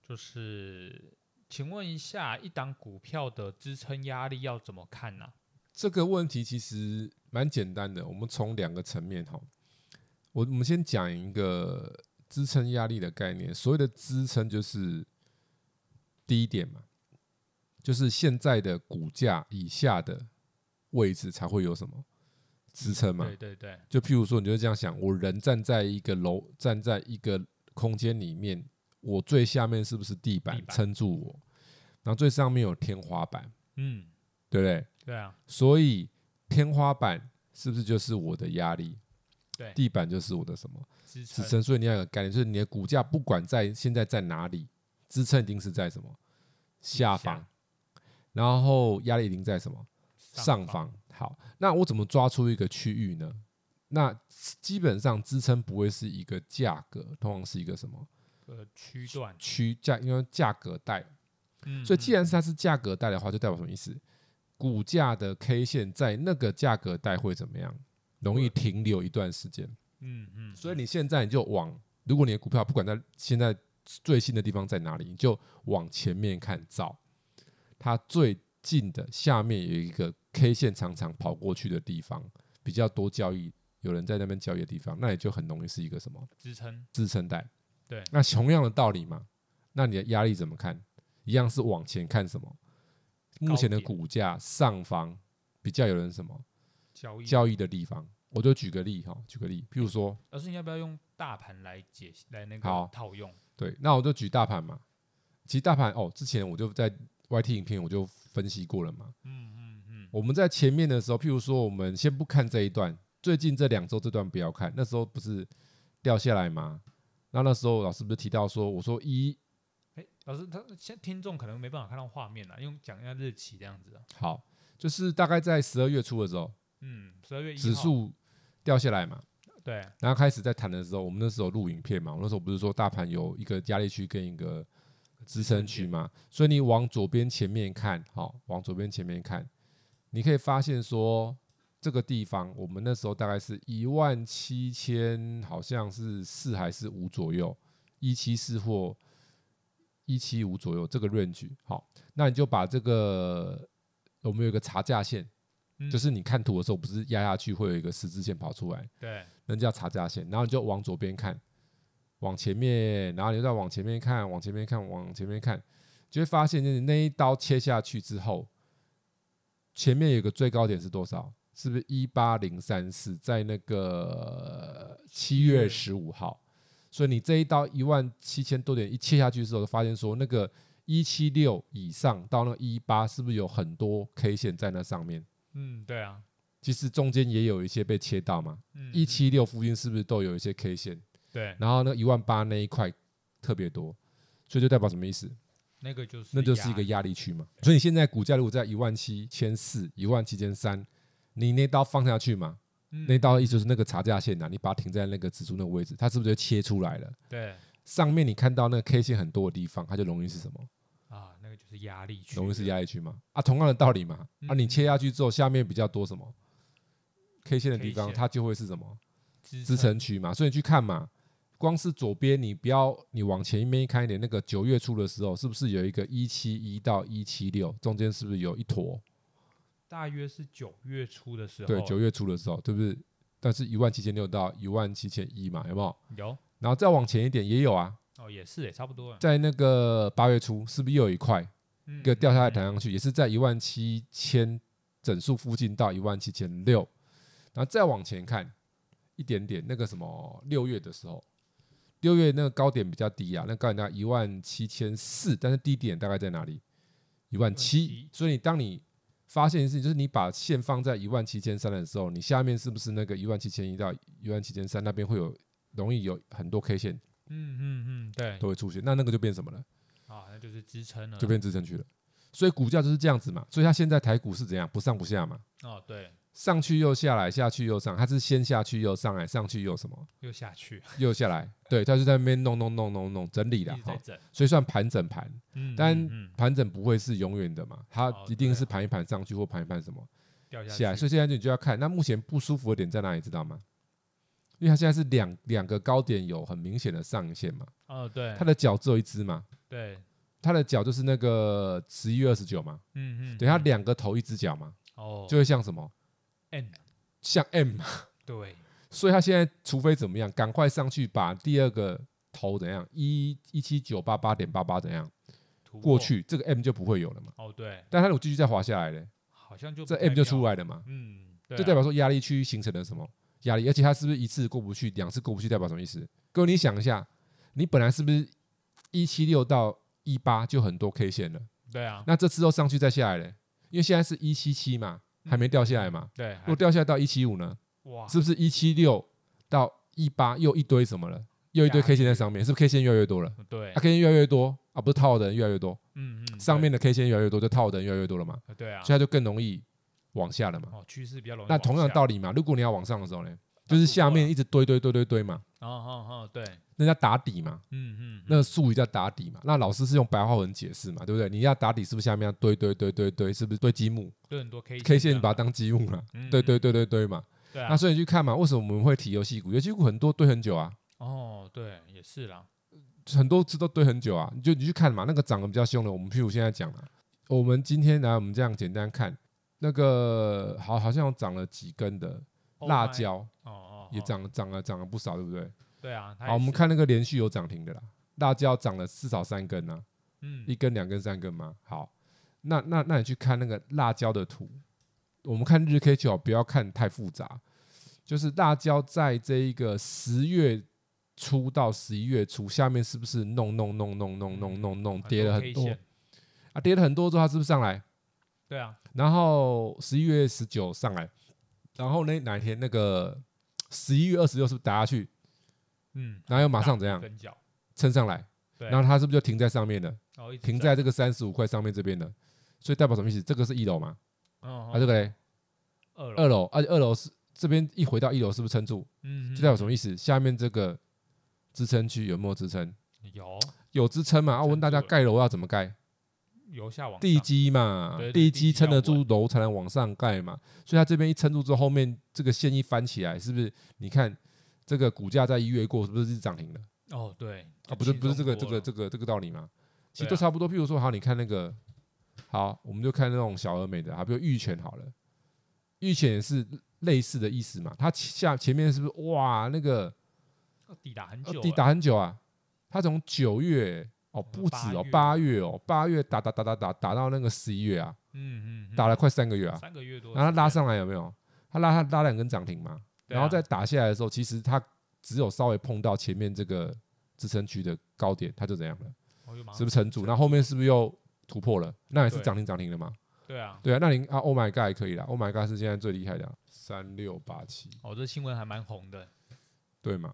Speaker 1: 就是请问一下，一档股票的支撑压力要怎么看呢、
Speaker 2: 这个问题其实蛮简单的，我们从两个层面哈，我我们先讲一个支撑压力的概念。所谓的支撑就是低点嘛，就是现在的股价以下的位置才会有什么支撑嘛
Speaker 1: 对。对对，
Speaker 2: 就譬如说，你就这样想，我人站在一个楼，站在一个空间里面，我最下面是不是地板
Speaker 1: 地板
Speaker 2: 撑住我？然后最上面有天花板，
Speaker 1: 嗯，
Speaker 2: 对不对？
Speaker 1: 对啊，
Speaker 2: 所以天花板是不是就是我的压力？
Speaker 1: 对
Speaker 2: 地板就是我的什么
Speaker 1: 支
Speaker 2: 支
Speaker 1: 撑，
Speaker 2: 撑？所以你要有个概念，就是你的股价不管在现在在哪里，支撑一定是在什么下方，然后压力一定在什么上
Speaker 1: 方，
Speaker 2: 方。好，那我怎么抓出一个区域呢？那基本上支撑不会是一个价格，通常是一个什么
Speaker 1: 呃，区段，
Speaker 2: 区价，因为价格带
Speaker 1: 嗯，
Speaker 2: 所以既
Speaker 1: 嗯
Speaker 2: 然是它是价格带的话，就代表什么意思？股价的 K 线在那个价格带会怎么样？容易停留一段时间。
Speaker 1: 嗯嗯，
Speaker 2: 所以
Speaker 1: 嗯
Speaker 2: 你现在你就往，如果你的股票不管在现在最新的地方在哪里，你就往前面看，找它最近的下面有一个 K 线常常跑过去的地方，比较多交易，有人在那边交易的地方，那也就很容易是一个什么？
Speaker 1: 支撑，
Speaker 2: 支撑带。
Speaker 1: 对
Speaker 2: 那同样的道理嘛，那你的压力怎么看？一样是往前看什么？目前的
Speaker 1: 高点
Speaker 2: 股价上方比较有人什么
Speaker 1: 交易，
Speaker 2: 交易的地方。我就举个例哈，举个例，譬如说，
Speaker 1: 而是你要不要用大盘来解析来那
Speaker 2: 好
Speaker 1: 个套用？
Speaker 2: 对，那我就举大盘嘛。其实大盘哦，之前我就在 YT 影片我就分析过了嘛。
Speaker 1: 嗯嗯嗯，
Speaker 2: 我们在前面的时候，譬如说，我们先不看这一段，最近这两周这段不要看。那时候不是掉下来吗？那那时候老师不是提到说，我说一
Speaker 1: 哎、老师，他现在听众可能没办法看到画面了，用讲一下日期这样子啊。
Speaker 2: 好，就是大概在十二月初的时候，
Speaker 1: 嗯，十二月一号
Speaker 2: 指数掉下来嘛，
Speaker 1: 对，
Speaker 2: 然后开始在谈的时候，我们那时候录影片嘛，我那时候不是说大盘有一个压力区跟一个支撑区嘛，所以你往左边前面看，好、往左边前面看，你可以发现说这个地方我们那时候大概是一万七千，好像是四还是五左右，一七四或一七五左右这个 range，好，那你就把这个我们有一个查价线，
Speaker 1: 嗯
Speaker 2: 就是你看图的时候不是压下去会有一个十字线跑出来。
Speaker 1: 对，
Speaker 2: 那叫查价线，然后你就往左边看，往前面，然后你再往前面看，往前面看，往前面看，就会发现就是那一刀切下去之后，前面有个最高点是多少？是不是一八零三四？在那个七月十五号，所以你这一刀一万七千多点一切下去之后，就发现说那个一七六以上到那一八，是不是有很多 K 线在那上面？
Speaker 1: 嗯，对啊，
Speaker 2: 其实中间也有一些被切到嘛，
Speaker 1: 嗯，
Speaker 2: 一七六附近是不是都有一些 K 线？
Speaker 1: 对，
Speaker 2: 然后那一万八那一块特别多，所以就代表什么意思？
Speaker 1: 那个就是
Speaker 2: 那就是一个
Speaker 1: 压
Speaker 2: 压力区嘛。所以你现在股价如果在一万七千四、一万七千三，你那刀放下去嘛，
Speaker 1: 嗯
Speaker 2: 那刀意思就是那个差价线呐、啊你把它停在那个指数那个位置，它是不是就切出来了？
Speaker 1: 对
Speaker 2: 上面你看到那个 K 线很多的地方，它就容易是什么？
Speaker 1: 啊，那个就是压力区，嗯
Speaker 2: 容易是压力区嘛。啊，同样的道理嘛。啊，你切下去之后，下面比较多什么 K 线的地
Speaker 1: K
Speaker 2: 方，
Speaker 1: 线
Speaker 2: 它就会是什么？
Speaker 1: 支
Speaker 2: 支撑区嘛，所以你去看嘛，光是左边你不要你往前面看一点，那个九月初的时候是不是有一个一七一到一七六中间是不是有一坨？
Speaker 1: 大约是九月初的时候，
Speaker 2: 对，九月初的时候，对不对？但是一万七千六到一万七千一嘛，有没有？
Speaker 1: 有
Speaker 2: 然后再往前一点也有啊，
Speaker 1: 哦，也是也差不多嗯啊，
Speaker 2: 在那个八月初是不是又有一块
Speaker 1: 一
Speaker 2: 一个掉下来弹上去，也是在一万七千整数附近到一万七千六，然后再往前看一点点，那个什么六月的时候，六月那个高点比较低啊，那高点大概一万七千四，但是低点大概在哪里？一万七
Speaker 1: 17,000。
Speaker 2: 所以你当你发现一件事情，就是你把线放在一万七千三的时候，你下面是不是那个一万七千一到一万七千三那边会有容易有很多 K 线
Speaker 1: 嗯嗯嗯，对
Speaker 2: 都会出现？那那个就变什么了？
Speaker 1: 啊，那就是支撑了，
Speaker 2: 就变支撑区了。所以股价就是这样子嘛，所以它现在台股是怎样，不上不下嘛，
Speaker 1: 哦，对，
Speaker 2: 上去又下来，下去又上，它是先下去又上来，上去又什么，
Speaker 1: 又下
Speaker 2: [LAUGHS]
Speaker 1: 去，
Speaker 2: 又下来，对，它就在那边弄弄弄弄弄整理
Speaker 1: 一
Speaker 2: 了
Speaker 1: 直在
Speaker 2: 哈，
Speaker 1: 整，
Speaker 2: 所以算盘整盘，
Speaker 1: 嗯，
Speaker 2: 但
Speaker 1: 嗯嗯
Speaker 2: 盘整不会是永远的嘛，它
Speaker 1: 哦
Speaker 2: 一定
Speaker 1: 对
Speaker 2: 是
Speaker 1: 啊
Speaker 2: 盘一盘上去或盘一盘什么
Speaker 1: 掉
Speaker 2: 下
Speaker 1: 下
Speaker 2: 来，
Speaker 1: 去，
Speaker 2: 所以现在你就要看，那目前不舒服的点在哪里，知道吗？因为它现在是两两个高点有很明显的上影线嘛，
Speaker 1: 哦，对
Speaker 2: 它，的脚只有一只嘛，
Speaker 1: 对，
Speaker 2: 它的脚就是那个十一月二十九嘛，
Speaker 1: 嗯嗯，
Speaker 2: 对，它
Speaker 1: 嗯
Speaker 2: 两个头一只脚嘛，
Speaker 1: 哦，
Speaker 2: 就会像什么？
Speaker 1: N
Speaker 2: 像 M [LAUGHS] 嘛，
Speaker 1: 对，
Speaker 2: 所以他现在除非怎么样，赶快上去把第二个头怎样一一七九八八点八八怎样
Speaker 1: 突
Speaker 2: 过
Speaker 1: 破，
Speaker 2: 去，这个 M 就不会有了嘛。
Speaker 1: 哦，对，
Speaker 2: 但他如果继续再滑下来嘞，
Speaker 1: 好像就
Speaker 2: 这
Speaker 1: 不太
Speaker 2: M 就出
Speaker 1: 妙，
Speaker 2: 来了嘛，
Speaker 1: 嗯，对
Speaker 2: 就
Speaker 1: 啊
Speaker 2: 代表说压力区形成了什么压力，而且它是不是一次过不去，两次过不去，代表什么意思？各位你想一下，你本来是不是一七六到一八就很多 K 线了？
Speaker 1: 对啊，
Speaker 2: 那这次又上去再下来嘞，因为现在是一七七嘛，还没掉下来嘛。
Speaker 1: 对，
Speaker 2: 如果掉下来到一七五呢？
Speaker 1: 哇，
Speaker 2: 是不是一七六到一八又一堆什么了？又一堆
Speaker 1: 压
Speaker 2: K 线在上面，是不是 K 线越来越多了？
Speaker 1: 啊对
Speaker 2: 啊，，K 线越来越多啊，不是套的人越来越多，
Speaker 1: 嗯嗯，
Speaker 2: 上
Speaker 1: 对
Speaker 2: 面的 K 线越来越多，就套的人越来越多了嘛，
Speaker 1: 呃对啊
Speaker 2: 所以，它就更容易往下了嘛。
Speaker 1: 哦，趋势比较容易
Speaker 2: 那
Speaker 1: 往下。
Speaker 2: 同样道理嘛，如果你要往上的时候呢，就是
Speaker 1: 突破
Speaker 2: 下面
Speaker 1: 了
Speaker 2: 一直堆堆堆堆堆嘛，
Speaker 1: 哦哦哦，对，
Speaker 2: 那叫打底嘛，
Speaker 1: 嗯嗯，
Speaker 2: 那个术语叫打底嘛。那老师是用白话文解释嘛，对不对？你要打底是不是下面要堆堆堆堆堆，是不是堆积木
Speaker 1: 对很多 K
Speaker 2: ？K
Speaker 1: 这
Speaker 2: 线
Speaker 1: 样
Speaker 2: 把它当积木了，
Speaker 1: 啊嗯
Speaker 2: 堆
Speaker 1: 嗯
Speaker 2: 堆堆堆堆嘛。
Speaker 1: 对啊
Speaker 2: 那，所以你去看嘛，为什么我们会提游戏股？游戏股很多堆很久啊，
Speaker 1: 哦对，也是啦，
Speaker 2: 很多次都堆很久啊，你就你去看嘛，那个涨得比较凶的，我们譬如现在讲啊，我们今天来我们这样简单看，那个好好像涨了几根的
Speaker 1: Oh
Speaker 2: 辣
Speaker 1: my-
Speaker 2: 椒
Speaker 1: 哦哦，
Speaker 2: 也
Speaker 1: 哦，
Speaker 2: 涨了涨了涨了不少，对不对？
Speaker 1: 对啊，它
Speaker 2: 好，
Speaker 1: 也
Speaker 2: 我们
Speaker 1: 是，
Speaker 2: 看那个连续有涨停的啦，辣椒涨了至少三根啊，
Speaker 1: 嗯
Speaker 2: 一根、两根、三根嘛。好，那那那你去看那个辣椒的图，我们看日 K 九，不要看太复杂，就是辣椒在这一个十月初到十一月初，下面是不是弄弄弄弄弄弄弄
Speaker 1: 嗯
Speaker 2: 弄跌了很
Speaker 1: K
Speaker 2: 多
Speaker 1: 线
Speaker 2: 啊？跌了很多之后，它是不是上来？
Speaker 1: 对啊，
Speaker 2: 然后十一月十九上来，然后那哪一天那个十一月二十六是不是打下去？
Speaker 1: 嗯，
Speaker 2: 然后又马上
Speaker 1: 大
Speaker 2: 怎样
Speaker 1: 跟脚，
Speaker 2: 撑上来？
Speaker 1: 对，
Speaker 2: 然后它是不是就停在上面了？
Speaker 1: 然后一直
Speaker 2: 停在这个三十五块上面这边了？所以代表什么意思？这个是一楼嘛？
Speaker 1: 嗯
Speaker 2: 啊，这个嘞，
Speaker 1: 二楼，
Speaker 2: 二楼，而且二楼是这边一回到一楼是不是撑住？
Speaker 1: 嗯，
Speaker 2: 就代表什么意思？下面这个支撑区有没有支撑？
Speaker 1: 嗯有
Speaker 2: 有支撑嘛？啊，我问大家
Speaker 1: 撑住了
Speaker 2: 盖楼要怎么盖？
Speaker 1: 由下往
Speaker 2: 地
Speaker 1: 上
Speaker 2: 基嘛
Speaker 1: 对，对地
Speaker 2: 地
Speaker 1: 基
Speaker 2: 基撑
Speaker 1: 要
Speaker 2: 得住
Speaker 1: 稳
Speaker 2: 楼才能往上盖嘛。所以它这边一撑住之后，后面这个线一翻起来，是不是？你看这个股价在一月过，是不是是涨停了？
Speaker 1: 哦，对，
Speaker 2: 啊，
Speaker 1: 就
Speaker 2: 不是
Speaker 1: 轻
Speaker 2: 不是这
Speaker 1: 松
Speaker 2: 个这
Speaker 1: 多
Speaker 2: 个
Speaker 1: 了
Speaker 2: 这个这个道理嘛？其实
Speaker 1: 对
Speaker 2: 都
Speaker 1: 啊
Speaker 2: 差不多。譬如说，好，你看那个，好，我们就看那种小而美的，好，比如玉泉好了，玉泉也是类似的意思嘛。它其下前面是不是哇那个
Speaker 1: 要哦抵达很
Speaker 2: 呃
Speaker 1: 久，嗯
Speaker 2: 抵，达很久啊？它从九月哦不止哦，
Speaker 1: 八
Speaker 2: 八月哦，八月打打打打打打到那个十一月啊，
Speaker 1: 嗯嗯嗯，
Speaker 2: 打了快三个月啊。
Speaker 1: 三个月多的时间，
Speaker 2: 然后它拉上来有没有？它拉它拉两根涨停嘛，
Speaker 1: 对
Speaker 2: 然后
Speaker 1: 啊
Speaker 2: 再打下来的时候，其实它只有稍微碰到前面这个支撑区的高点，它就怎样了？
Speaker 1: 哦又马上
Speaker 2: 是不是撑住？那后面是不是又突破了？那也是
Speaker 1: 对
Speaker 2: 涨停涨停的嘛？
Speaker 1: 对啊，
Speaker 2: 对啊，那您啊，Oh my God 也可以啦，Oh my God 是现在最厉害的啊三六八七，
Speaker 1: 哦，这新闻还蛮红的，
Speaker 2: 对嘛？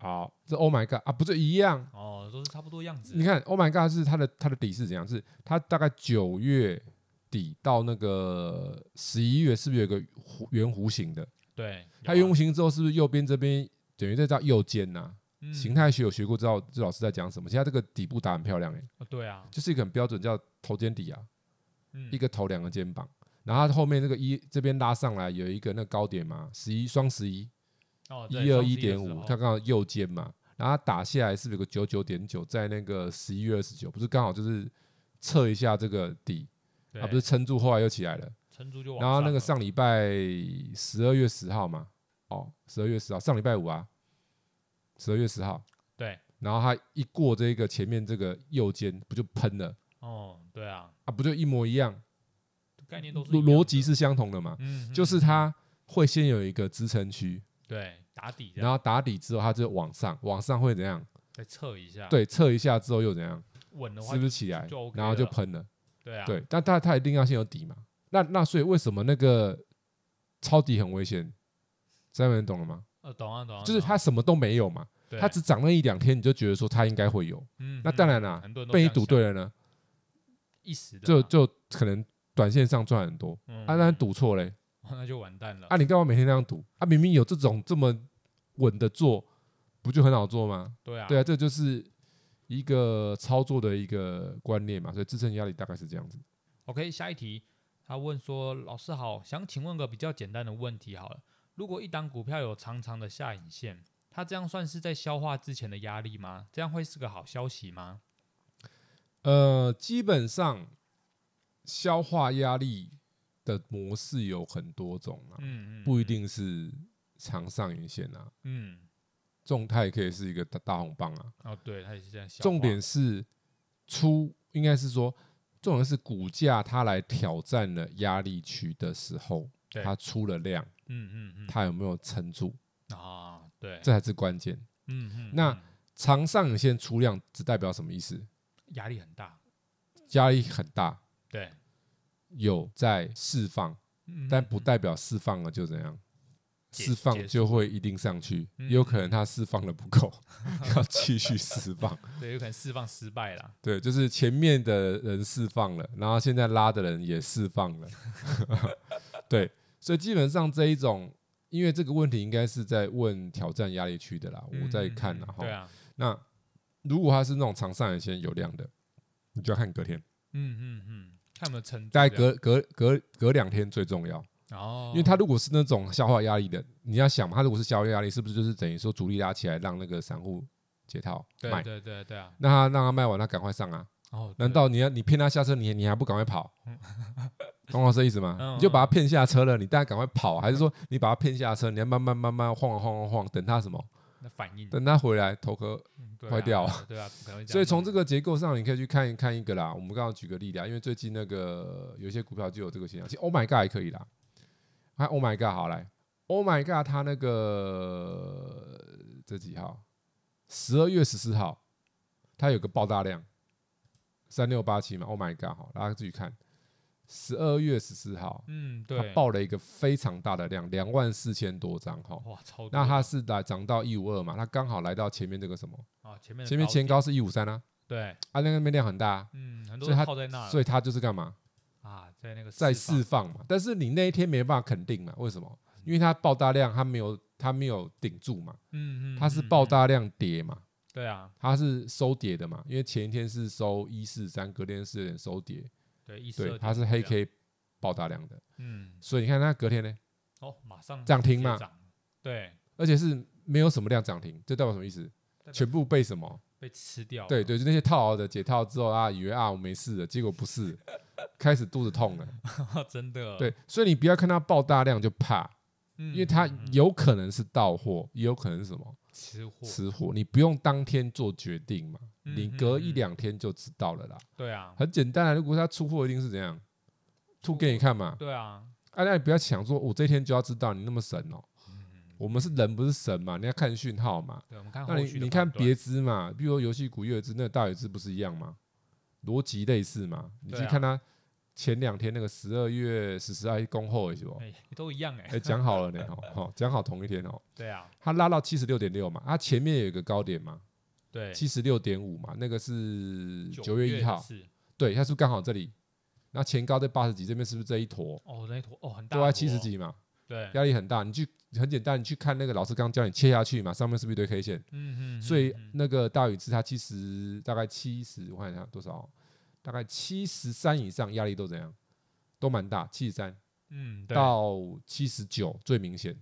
Speaker 2: 好，这 Oh my God 啊，不是一样？
Speaker 1: 哦，都是差不多样子，
Speaker 2: 你看 Oh my God 是它的它的底是怎样？是它大概九月底到那个十一月，是不是有一个弧圆弧形的？
Speaker 1: 对，
Speaker 2: 它
Speaker 1: 有
Speaker 2: 圆
Speaker 1: 啊
Speaker 2: 弧形之后，是不是右边这边等于这叫右肩呐、
Speaker 1: 嗯
Speaker 2: 形态学有学过，知道这老师在讲什么。其实它这个底部打很漂亮、欸，
Speaker 1: 哦对啊，
Speaker 2: 就是一个很标准叫头肩底啊。
Speaker 1: 嗯
Speaker 2: 一个头两个肩膀，然后它后面那个一这边拉上来有一个那个高点嘛，十一双十一
Speaker 1: 哦对
Speaker 2: 一二
Speaker 1: 双
Speaker 2: 一
Speaker 1: 十的
Speaker 2: 点
Speaker 1: 时
Speaker 2: 五，
Speaker 1: 候
Speaker 2: 它刚好右肩嘛，然后它打下来是不是有个九九点九，在那个十一月二十九，不是刚好就是测一下这个底，它、
Speaker 1: 对
Speaker 2: 啊不是撑住，后来又起来了，
Speaker 1: 撑住就往
Speaker 2: 然后那个
Speaker 1: 了
Speaker 2: 上礼拜十二月十号嘛，哦，十二月十号上礼拜五啊，十二月十号，
Speaker 1: 对
Speaker 2: 然后它一过这个前面这个右肩，不就喷了
Speaker 1: 哦对啊，
Speaker 2: 啊，不就一模一样，
Speaker 1: 概念都是
Speaker 2: 逻
Speaker 1: 一样
Speaker 2: 逻辑
Speaker 1: 的，
Speaker 2: 是相同的嘛。
Speaker 1: 嗯，
Speaker 2: 就是
Speaker 1: 嗯
Speaker 2: 它会先有一个支撑区，
Speaker 1: 对打底这样，
Speaker 2: 然后打底之后它就往上，往上会怎样？
Speaker 1: 再测一下，
Speaker 2: 对，测一下之后又怎样？
Speaker 1: 稳的话
Speaker 2: 是不是起来
Speaker 1: 就？OK
Speaker 2: 然后就
Speaker 1: 了
Speaker 2: 喷了。
Speaker 1: 对啊，
Speaker 2: 对，但它它一定要先有底嘛。那那所以为什么那个抄底很危险？三位懂了吗？
Speaker 1: 呃懂啊懂啊，
Speaker 2: 就是
Speaker 1: 懂
Speaker 2: 它什么都没有嘛，
Speaker 1: 对
Speaker 2: 它只涨那一两天，你就觉得说它应该会有。
Speaker 1: 嗯
Speaker 2: 那
Speaker 1: 嗯
Speaker 2: 当然啦
Speaker 1: 很多人都
Speaker 2: 被你
Speaker 1: 这样
Speaker 2: 赌
Speaker 1: 想
Speaker 2: 对了呢，
Speaker 1: 一时的
Speaker 2: 就
Speaker 1: 嘛
Speaker 2: 就可能短线上赚很多。
Speaker 1: 嗯
Speaker 2: 啊，那
Speaker 1: 嗯 [LAUGHS]
Speaker 2: 赌错嘞，
Speaker 1: 那就完蛋了
Speaker 2: 啊，你干嘛每天那样赌？啊，明明有这种这么稳的做，不就很好做吗？
Speaker 1: 对啊
Speaker 2: 对啊，这就是一个操作的一个观念嘛，所以支撑压力大概是这样子。
Speaker 1: OK，下一题，他问说：“老师好，想请问个比较简单的问题好了。如果一档股票有长长的下影线，它这样算是在消化之前的压力吗？这样会是个好消息吗
Speaker 2: 呃，基本上消化压力的模式有很多种？”啊，
Speaker 1: 嗯嗯，
Speaker 2: 不一，定是长上影线啊，
Speaker 1: 嗯，
Speaker 2: 重它也可以是一个大大红棒啊。
Speaker 1: 哦，对，它也是这样消化。
Speaker 2: 重点是出，应该是说，重点是股价它来挑战了压力区的时候，
Speaker 1: 对
Speaker 2: 它出了量，
Speaker 1: 嗯，嗯嗯
Speaker 2: 它有没有撑住，
Speaker 1: 嗯，啊，对，
Speaker 2: 这才是关键。
Speaker 1: 嗯嗯，
Speaker 2: 那
Speaker 1: 嗯
Speaker 2: 长上影线出量只代表什么意思？
Speaker 1: 压力很大，
Speaker 2: 压力很大，
Speaker 1: 对，
Speaker 2: 有在释放，
Speaker 1: 嗯
Speaker 2: 但不，代表释放了就怎样，
Speaker 1: 解
Speaker 2: 释放就会一定上去，
Speaker 1: 嗯
Speaker 2: 也有可能它释放的不够， [LAUGHS] 要继续释放。 [LAUGHS]
Speaker 1: 嗯对，有可能释放失败啦。
Speaker 2: 对，就是前面的人释放了，然后现在拉的人也释放了， [LAUGHS] 对，所以基本上这一种，因为这个问题应该是在问挑战压力区的啦，我在
Speaker 1: 嗯嗯
Speaker 2: 看
Speaker 1: 嗯
Speaker 2: 啦。哈
Speaker 1: 对。啊，
Speaker 2: 那如果它是那种长上影线有量的，你就要看隔天。
Speaker 1: 嗯嗯嗯，看有没有撑住这
Speaker 2: 大
Speaker 1: 样，
Speaker 2: 概隔隔隔隔两天最重要，
Speaker 1: 哦，
Speaker 2: 因为它如果是那种消化压力的，你要想嘛，它如果是消化压力，是不是就是等于说主力拉起来让那个散户解套
Speaker 1: 对
Speaker 2: 卖？
Speaker 1: 对对对啊，
Speaker 2: 那他让他卖完，他赶快上啊？
Speaker 1: 哦，对
Speaker 2: 难道你要你骗他下车，你你还不赶快跑？懂我这意思吗？
Speaker 1: 嗯
Speaker 2: 你就把他骗下车了，你大家赶快跑，还是说你把他骗下车，你要慢慢慢慢晃啊晃啊晃，等他什么？
Speaker 1: 那反应
Speaker 2: 等他回来头壳
Speaker 1: 嗯对
Speaker 2: 坏
Speaker 1: 啊
Speaker 2: 掉
Speaker 1: 对啊对啊，不可能会样
Speaker 2: 所以从
Speaker 1: 弄
Speaker 2: 这个结构上，你可以去看一啊看一个啦。我们刚刚举个例啦，因为最近那个有一些股票就有这个现象，其实 Oh my God 也可以啦。还 Oh my God 好来，Oh my God 它那个这几号？十二月十四号，它有个爆大量，三六八七嘛，Oh my God 好，大家自己看，十二月十四号，
Speaker 1: 嗯，
Speaker 2: 它
Speaker 1: 对，
Speaker 2: 爆了一个非常大的量，两万四千多张哈。
Speaker 1: 哇，超多
Speaker 2: 那它是来涨到一五二嘛，它刚好来到前面这个什么？
Speaker 1: 啊，前面的
Speaker 2: 前面
Speaker 1: 高
Speaker 2: 前
Speaker 1: 点
Speaker 2: 高是一五三啊，
Speaker 1: 对，
Speaker 2: 啊那个那边量很大、啊，
Speaker 1: 嗯，很多
Speaker 2: 所以
Speaker 1: 人
Speaker 2: 它
Speaker 1: 泡在那了
Speaker 2: 所以它就是干嘛
Speaker 1: 啊，在那个
Speaker 2: 在
Speaker 1: 释
Speaker 2: 释放嘛？但是你那一天没办法肯定嘛，为什么？因为它爆大量，它没有它没有顶住嘛，
Speaker 1: 放，嗯嗯，
Speaker 2: 它是
Speaker 1: 嗯
Speaker 2: 爆，
Speaker 1: 嗯
Speaker 2: 大量跌嘛，
Speaker 1: 对啊，
Speaker 2: 它是收跌的嘛，因为前一天是收一四三，隔天是有点收跌，
Speaker 1: 对，一
Speaker 2: 对，
Speaker 1: 12
Speaker 2: 它是
Speaker 1: 点
Speaker 2: 黑
Speaker 1: 这样，
Speaker 2: K 爆大量的，
Speaker 1: 嗯，
Speaker 2: 所以你看它隔天呢，
Speaker 1: 哦，马上
Speaker 2: 涨停
Speaker 1: 直接
Speaker 2: 嘛
Speaker 1: 涨，对，
Speaker 2: 而且是没有什么量涨停，这代表什么意思？
Speaker 1: 代表
Speaker 2: 全部被什么？
Speaker 1: 被吃掉了，
Speaker 2: 对对，就那些套牢的解套之后啊，以为啊我没事了，结果不是， [LAUGHS] 开始肚子痛了。
Speaker 1: 哦 [LAUGHS] 真的，
Speaker 2: 对，所以你不要看它爆大量就怕，
Speaker 1: 嗯，
Speaker 2: 因为它
Speaker 1: 嗯嗯
Speaker 2: 有可能是到货，也有可能是什么
Speaker 1: 吃货，
Speaker 2: 吃货，你不用当天做决定嘛，
Speaker 1: 嗯
Speaker 2: 你
Speaker 1: 嗯
Speaker 2: 隔一
Speaker 1: 嗯
Speaker 2: 两天就知道了啦。
Speaker 1: 对啊，
Speaker 2: 很简单啊，如果它出货一定是怎样，吐给你看嘛。
Speaker 1: 对啊，
Speaker 2: 啊，那你不要想说我这天就要知道，你那么神哦。我们是人不是神嘛，你要看讯号嘛。
Speaker 1: 嗯对，我们看
Speaker 2: 那
Speaker 1: 后
Speaker 2: 你
Speaker 1: 续的
Speaker 2: 你
Speaker 1: 判
Speaker 2: 看
Speaker 1: 断
Speaker 2: 别支嘛，比如说游戏股、月支，那大野支不是一样吗？逻辑类似嘛，你
Speaker 1: 对
Speaker 2: 去
Speaker 1: 啊
Speaker 2: 看它前两天那个十二月十四号恭候，是不？
Speaker 1: 哎、都一样哎、
Speaker 2: 哎，讲好了呢，哦，好讲好同一天哦。
Speaker 1: 对啊，
Speaker 2: 它拉到七十六点六嘛，它前面有一个高点嘛，
Speaker 1: 对，
Speaker 2: 七十六点五嘛，那个是九
Speaker 1: 月
Speaker 2: 月一号，
Speaker 1: 是
Speaker 2: 对，它是不是刚好这里？那前高在八十几，这边是不是这一坨
Speaker 1: 哦，那一坨哦很大，
Speaker 2: 都在七十，几嘛？
Speaker 1: 对，
Speaker 2: 压力很大。你去很简单，你去看那个老师刚教你切下去嘛，上面是不是一堆 K 线？
Speaker 1: 嗯嗯，
Speaker 2: 所以
Speaker 1: 嗯嗯
Speaker 2: 那个大禹治它七十大概七十，我看一下多少，大概七十三以上压力都怎样，都蛮大，七十三
Speaker 1: 嗯，对
Speaker 2: 到七十九最明显，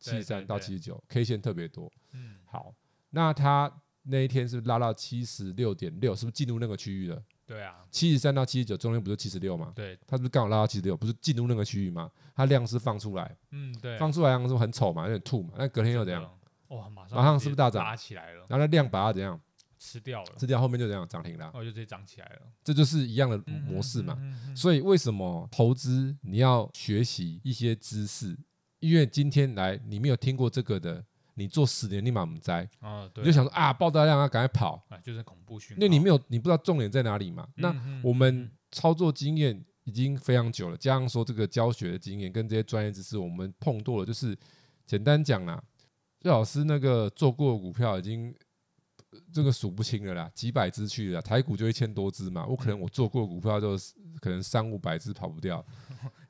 Speaker 2: 七
Speaker 1: 对
Speaker 2: 十三到
Speaker 1: 对
Speaker 2: 七十九 K 线特别多。
Speaker 1: 嗯，
Speaker 2: 好，那它那一天是不是拉到七十六点六，是不是进入那个区域了？
Speaker 1: 对啊，
Speaker 2: 七十三到七十九中间不是七十六吗？
Speaker 1: 对，
Speaker 2: 它是不是刚好拉到七十六？不是进入那个区域吗？它量是放出来，
Speaker 1: 嗯对，
Speaker 2: 放出来量是不是很丑嘛，有点吐嘛。那隔天又怎样？
Speaker 1: 样？哇，马上
Speaker 2: 马上
Speaker 1: 直
Speaker 2: 是
Speaker 1: 接
Speaker 2: 不是大涨
Speaker 1: 拉起来了，
Speaker 2: 然后那量把它怎样
Speaker 1: 吃掉了，
Speaker 2: 吃掉，后面就怎样涨停了
Speaker 1: 然。后就直接涨起来了，
Speaker 2: 这就是一样的模式嘛。
Speaker 1: 嗯，嗯嗯嗯
Speaker 2: 所以为什么投资你要学习一些知识？因为今天来你没有听过这个的，你做十年立马不栽，
Speaker 1: 啊，对，
Speaker 2: 你就想说啊，爆大量啊，赶快跑。
Speaker 1: 啊，就是恐怖讯号，
Speaker 2: 因为你没有，你不知道重点在哪里嘛。那
Speaker 1: 嗯嗯
Speaker 2: 我
Speaker 1: 嗯
Speaker 2: 们操作经验已经非常久了，加上说这个教学的经验跟这些专业知识，我们碰多了，就是简单讲啦，廖老师那个做过的股票已经呃这个数不清了啦，几百只去了啦，台股就一千多只嘛，我可能我做过的股票就是可能三五百只跑
Speaker 1: [LAUGHS]
Speaker 2: 不掉，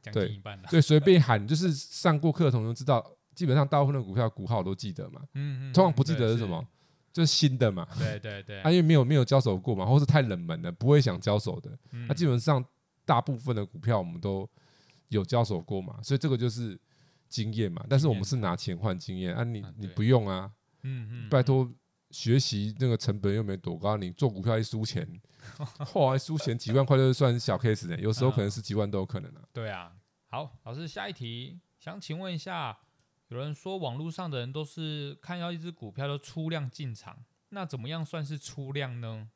Speaker 1: 将
Speaker 2: 对
Speaker 1: 近一半了，
Speaker 2: 对，随便喊就是上过课的同学知道，基本上大部分的股票股号我都记得嘛，
Speaker 1: 嗯嗯，
Speaker 2: 通常
Speaker 1: 嗯
Speaker 2: 不记得
Speaker 1: 对
Speaker 2: 是什么，就是新的嘛。
Speaker 1: 对对对，
Speaker 2: [LAUGHS] 啊，因为没有没有交手过嘛，或是太冷门了，不会想交手的。
Speaker 1: 嗯
Speaker 2: 那、基本上大部分的股票我们都有交手过嘛，所以这个就是经验嘛。但是我们是拿钱换经验啊你，
Speaker 1: 啊
Speaker 2: 你
Speaker 1: 对
Speaker 2: 不用啊，
Speaker 1: 嗯嗯，
Speaker 2: 拜托，学习那个成本又没多高，你做股票一输钱，后来输钱几万块就算小 case 呢、有时候可
Speaker 1: 嗯
Speaker 2: 能十几万都有可能啊。
Speaker 1: 对啊，好，老师，下一题，想请问一下，有人说网络上的人都是看到一只股票就出量进场，那怎么样算是出量呢？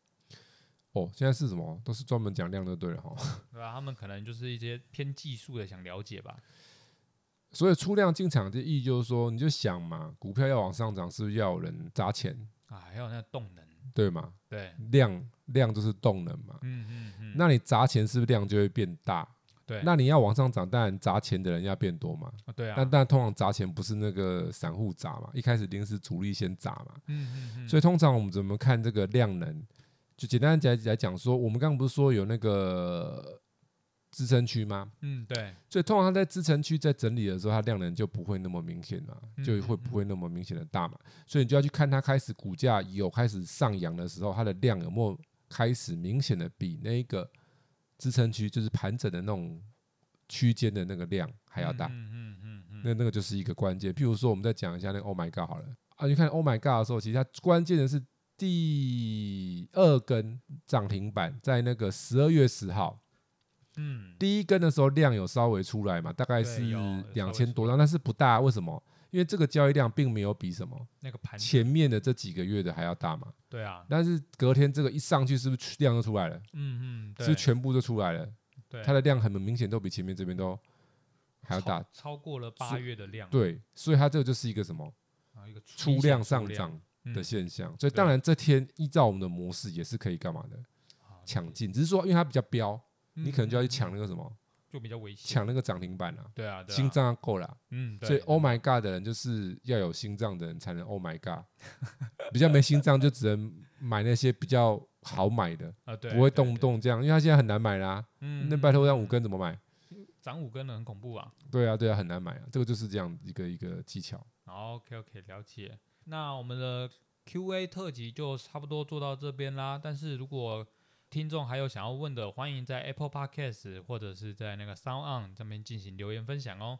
Speaker 2: 哦，现在是什么？都是专门讲量就对了哈。 [LAUGHS]
Speaker 1: 对吧、他们可能就是一些偏技术的想了解吧。
Speaker 2: 所以出量进场的意义就是说，你就想嘛，股票要往上涨，是不是要有人砸钱，
Speaker 1: 啊，还有那个动能，
Speaker 2: 对吗？
Speaker 1: 对，
Speaker 2: 量量就是动能嘛。
Speaker 1: 嗯嗯嗯，
Speaker 2: 那你砸钱是不是量就会变大？
Speaker 1: 对，
Speaker 2: 那你要往上涨，当然砸钱的人要变多嘛。
Speaker 1: 啊对啊，
Speaker 2: 但但通常砸钱不是那个散户砸嘛，一开始一定是主力先砸嘛。
Speaker 1: 嗯嗯嗯，
Speaker 2: 所以通常我们怎么看这个量能？就简单来来讲说，我们刚刚不是说有那个支撑区吗？
Speaker 1: 嗯对，
Speaker 2: 所以通常它在支撑区在整理的时候，它量能就不会那么明显嘛，
Speaker 1: 嗯
Speaker 2: 就会不会那么明显的大嘛。所以你就要去看它开始股价有开始上扬的时候，它的量有没有开始明显的比那个支撑区，就是盘整的那种区间的那个量还要大。
Speaker 1: 嗯嗯嗯嗯嗯，
Speaker 2: 那那个就是一个关键。譬如说，我们再讲一下那个 Oh my God 好了啊，你看 Oh my God 的时候，其实它关键的是第二根涨停板在那个十二月十号。
Speaker 1: 嗯
Speaker 2: 第一根的时候量有稍微出来嘛，大概是
Speaker 1: 对有有稍
Speaker 2: 两
Speaker 1: 微
Speaker 2: 千
Speaker 1: 出
Speaker 2: 多张，但是不大。为什么？因为这个交易量并没有比什么
Speaker 1: 那个盘子，
Speaker 2: 前面的这几个月的还要大嘛。
Speaker 1: 对啊，
Speaker 2: 但是隔天这个一上去，是不是量就出来了？
Speaker 1: 嗯嗯，对，
Speaker 2: 是不是全部就出来了？
Speaker 1: 对
Speaker 2: 它的量很明显都比前面这边都还要
Speaker 1: 超
Speaker 2: 大，
Speaker 1: 超过了八月的量，，啊
Speaker 2: 对，所以它这个就是一个什么
Speaker 1: 然后一个
Speaker 2: 出量上涨
Speaker 1: 嗯
Speaker 2: 的现象。所以
Speaker 1: 对嗯
Speaker 2: 当然这天依照我们的模式也是可以干嘛的抢，进，只是说因为它比较标，你可能就要去抢那个什么，
Speaker 1: 嗯就比较危险，
Speaker 2: 抢那个涨停板啊，
Speaker 1: 对啊，对啊
Speaker 2: 心，脏要够啦。
Speaker 1: 嗯，对
Speaker 2: 所以 Oh my God 的人就是要有心脏的人才能 Oh my God，比较没心脏就只能买那些比较好买的，
Speaker 1: 啊，对，
Speaker 2: 不会
Speaker 1: 对
Speaker 2: 动不，动这样，因为他现在很难买啦。
Speaker 1: 对嗯，
Speaker 2: 那拜托让五根怎么买？
Speaker 1: 涨五根的很恐怖啊。
Speaker 2: 对啊，对啊，很难买啊。这个就是这样一个一个技巧。
Speaker 1: OK OK，了解。那我们的 Q&A 特辑就差不多做到这边啦。但是如果听众还有想要问的，欢迎在 Apple Podcast 或者是在那个 Sound On 上面进行留言分享哦。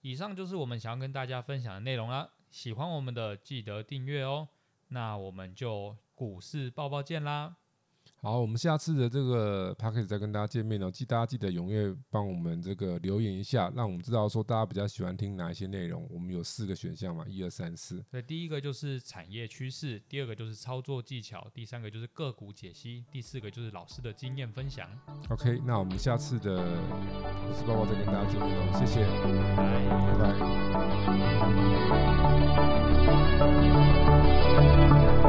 Speaker 1: 以上就是我们想要跟大家分享的内容啦。喜欢我们的记得订阅哦。那我们就股市报报见啦，
Speaker 2: 好，我们下次的这个 p a c k a g e 再跟大家见面哦。记大家记得踊跃帮我们这个留言一下，让我们知道说大家比较喜欢听哪一些内容。我们有四个选项嘛，一二三四。
Speaker 1: 所以第一个就是产业趋势，第二个就是操作技巧，第三个就是个股解析，第四个就是老师的经验分享。
Speaker 2: OK，那我们下次的我是抱抱再跟大家见面哦。谢谢，
Speaker 1: 拜拜。
Speaker 2: 拜拜。